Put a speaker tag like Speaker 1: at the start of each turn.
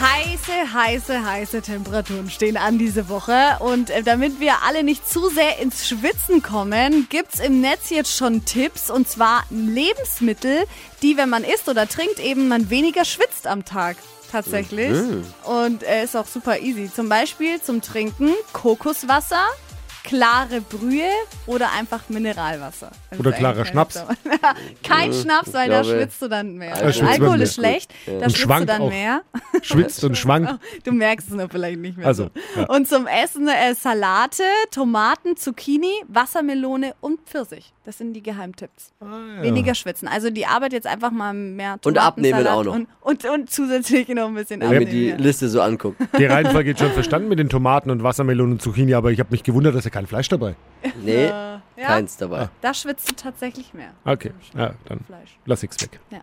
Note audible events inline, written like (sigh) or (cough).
Speaker 1: Heiße, heiße, heiße Temperaturen stehen an diese Woche. Und äh, damit wir alle nicht zu sehr ins Schwitzen kommen, gibt's im Netz jetzt schon Tipps. Und zwar Lebensmittel, die, wenn man isst oder trinkt, eben man weniger schwitzt am Tag. Tatsächlich. Und äh, ist auch super easy. Zum Beispiel zum Trinken Kokoswasser, klare Brühe oder einfach Mineralwasser. Also
Speaker 2: Oder
Speaker 1: eigentlich
Speaker 2: klarer
Speaker 1: keine
Speaker 2: Schnaps.
Speaker 1: Sau- (laughs) Kein Schnaps, weil da
Speaker 3: glaube-
Speaker 1: schwitzt du dann mehr.
Speaker 3: Da schwitzt man
Speaker 1: Alkohol
Speaker 2: mehr.
Speaker 1: ist schlecht, da schwitzt du
Speaker 2: schwankt
Speaker 1: dann
Speaker 2: auch.
Speaker 1: mehr.
Speaker 2: schwitzt und schwankt.
Speaker 1: Du merkst es nur vielleicht nicht mehr.
Speaker 2: Also,
Speaker 1: so.
Speaker 2: ja.
Speaker 1: Und zum Essen äh, Salate, Tomaten, Zucchini, Wassermelone und Pfirsich. Das sind die Geheimtipps.
Speaker 2: Ah,
Speaker 1: Weniger schwitzen. Also die Arbeit jetzt einfach mal mehr Tomaten,
Speaker 3: abnehmen auch noch.
Speaker 1: Und, und, und zusätzlich noch ein bisschen
Speaker 3: Wenn ich mir
Speaker 1: abnehmen.
Speaker 3: die
Speaker 1: ja.
Speaker 3: Liste so angucke.
Speaker 2: (laughs) Die Reihenfolge geht schon verstanden mit den Tomaten und Wassermelonen und Zucchini, aber ich habe mich gewundert, dass er kein Fleisch dabei.
Speaker 3: Nee,
Speaker 1: ja.
Speaker 3: keins dabei.
Speaker 1: Da schwitzt du tatsächlich mehr.
Speaker 2: Okay, ja, dann
Speaker 1: Fleisch.
Speaker 2: lass ich's weg.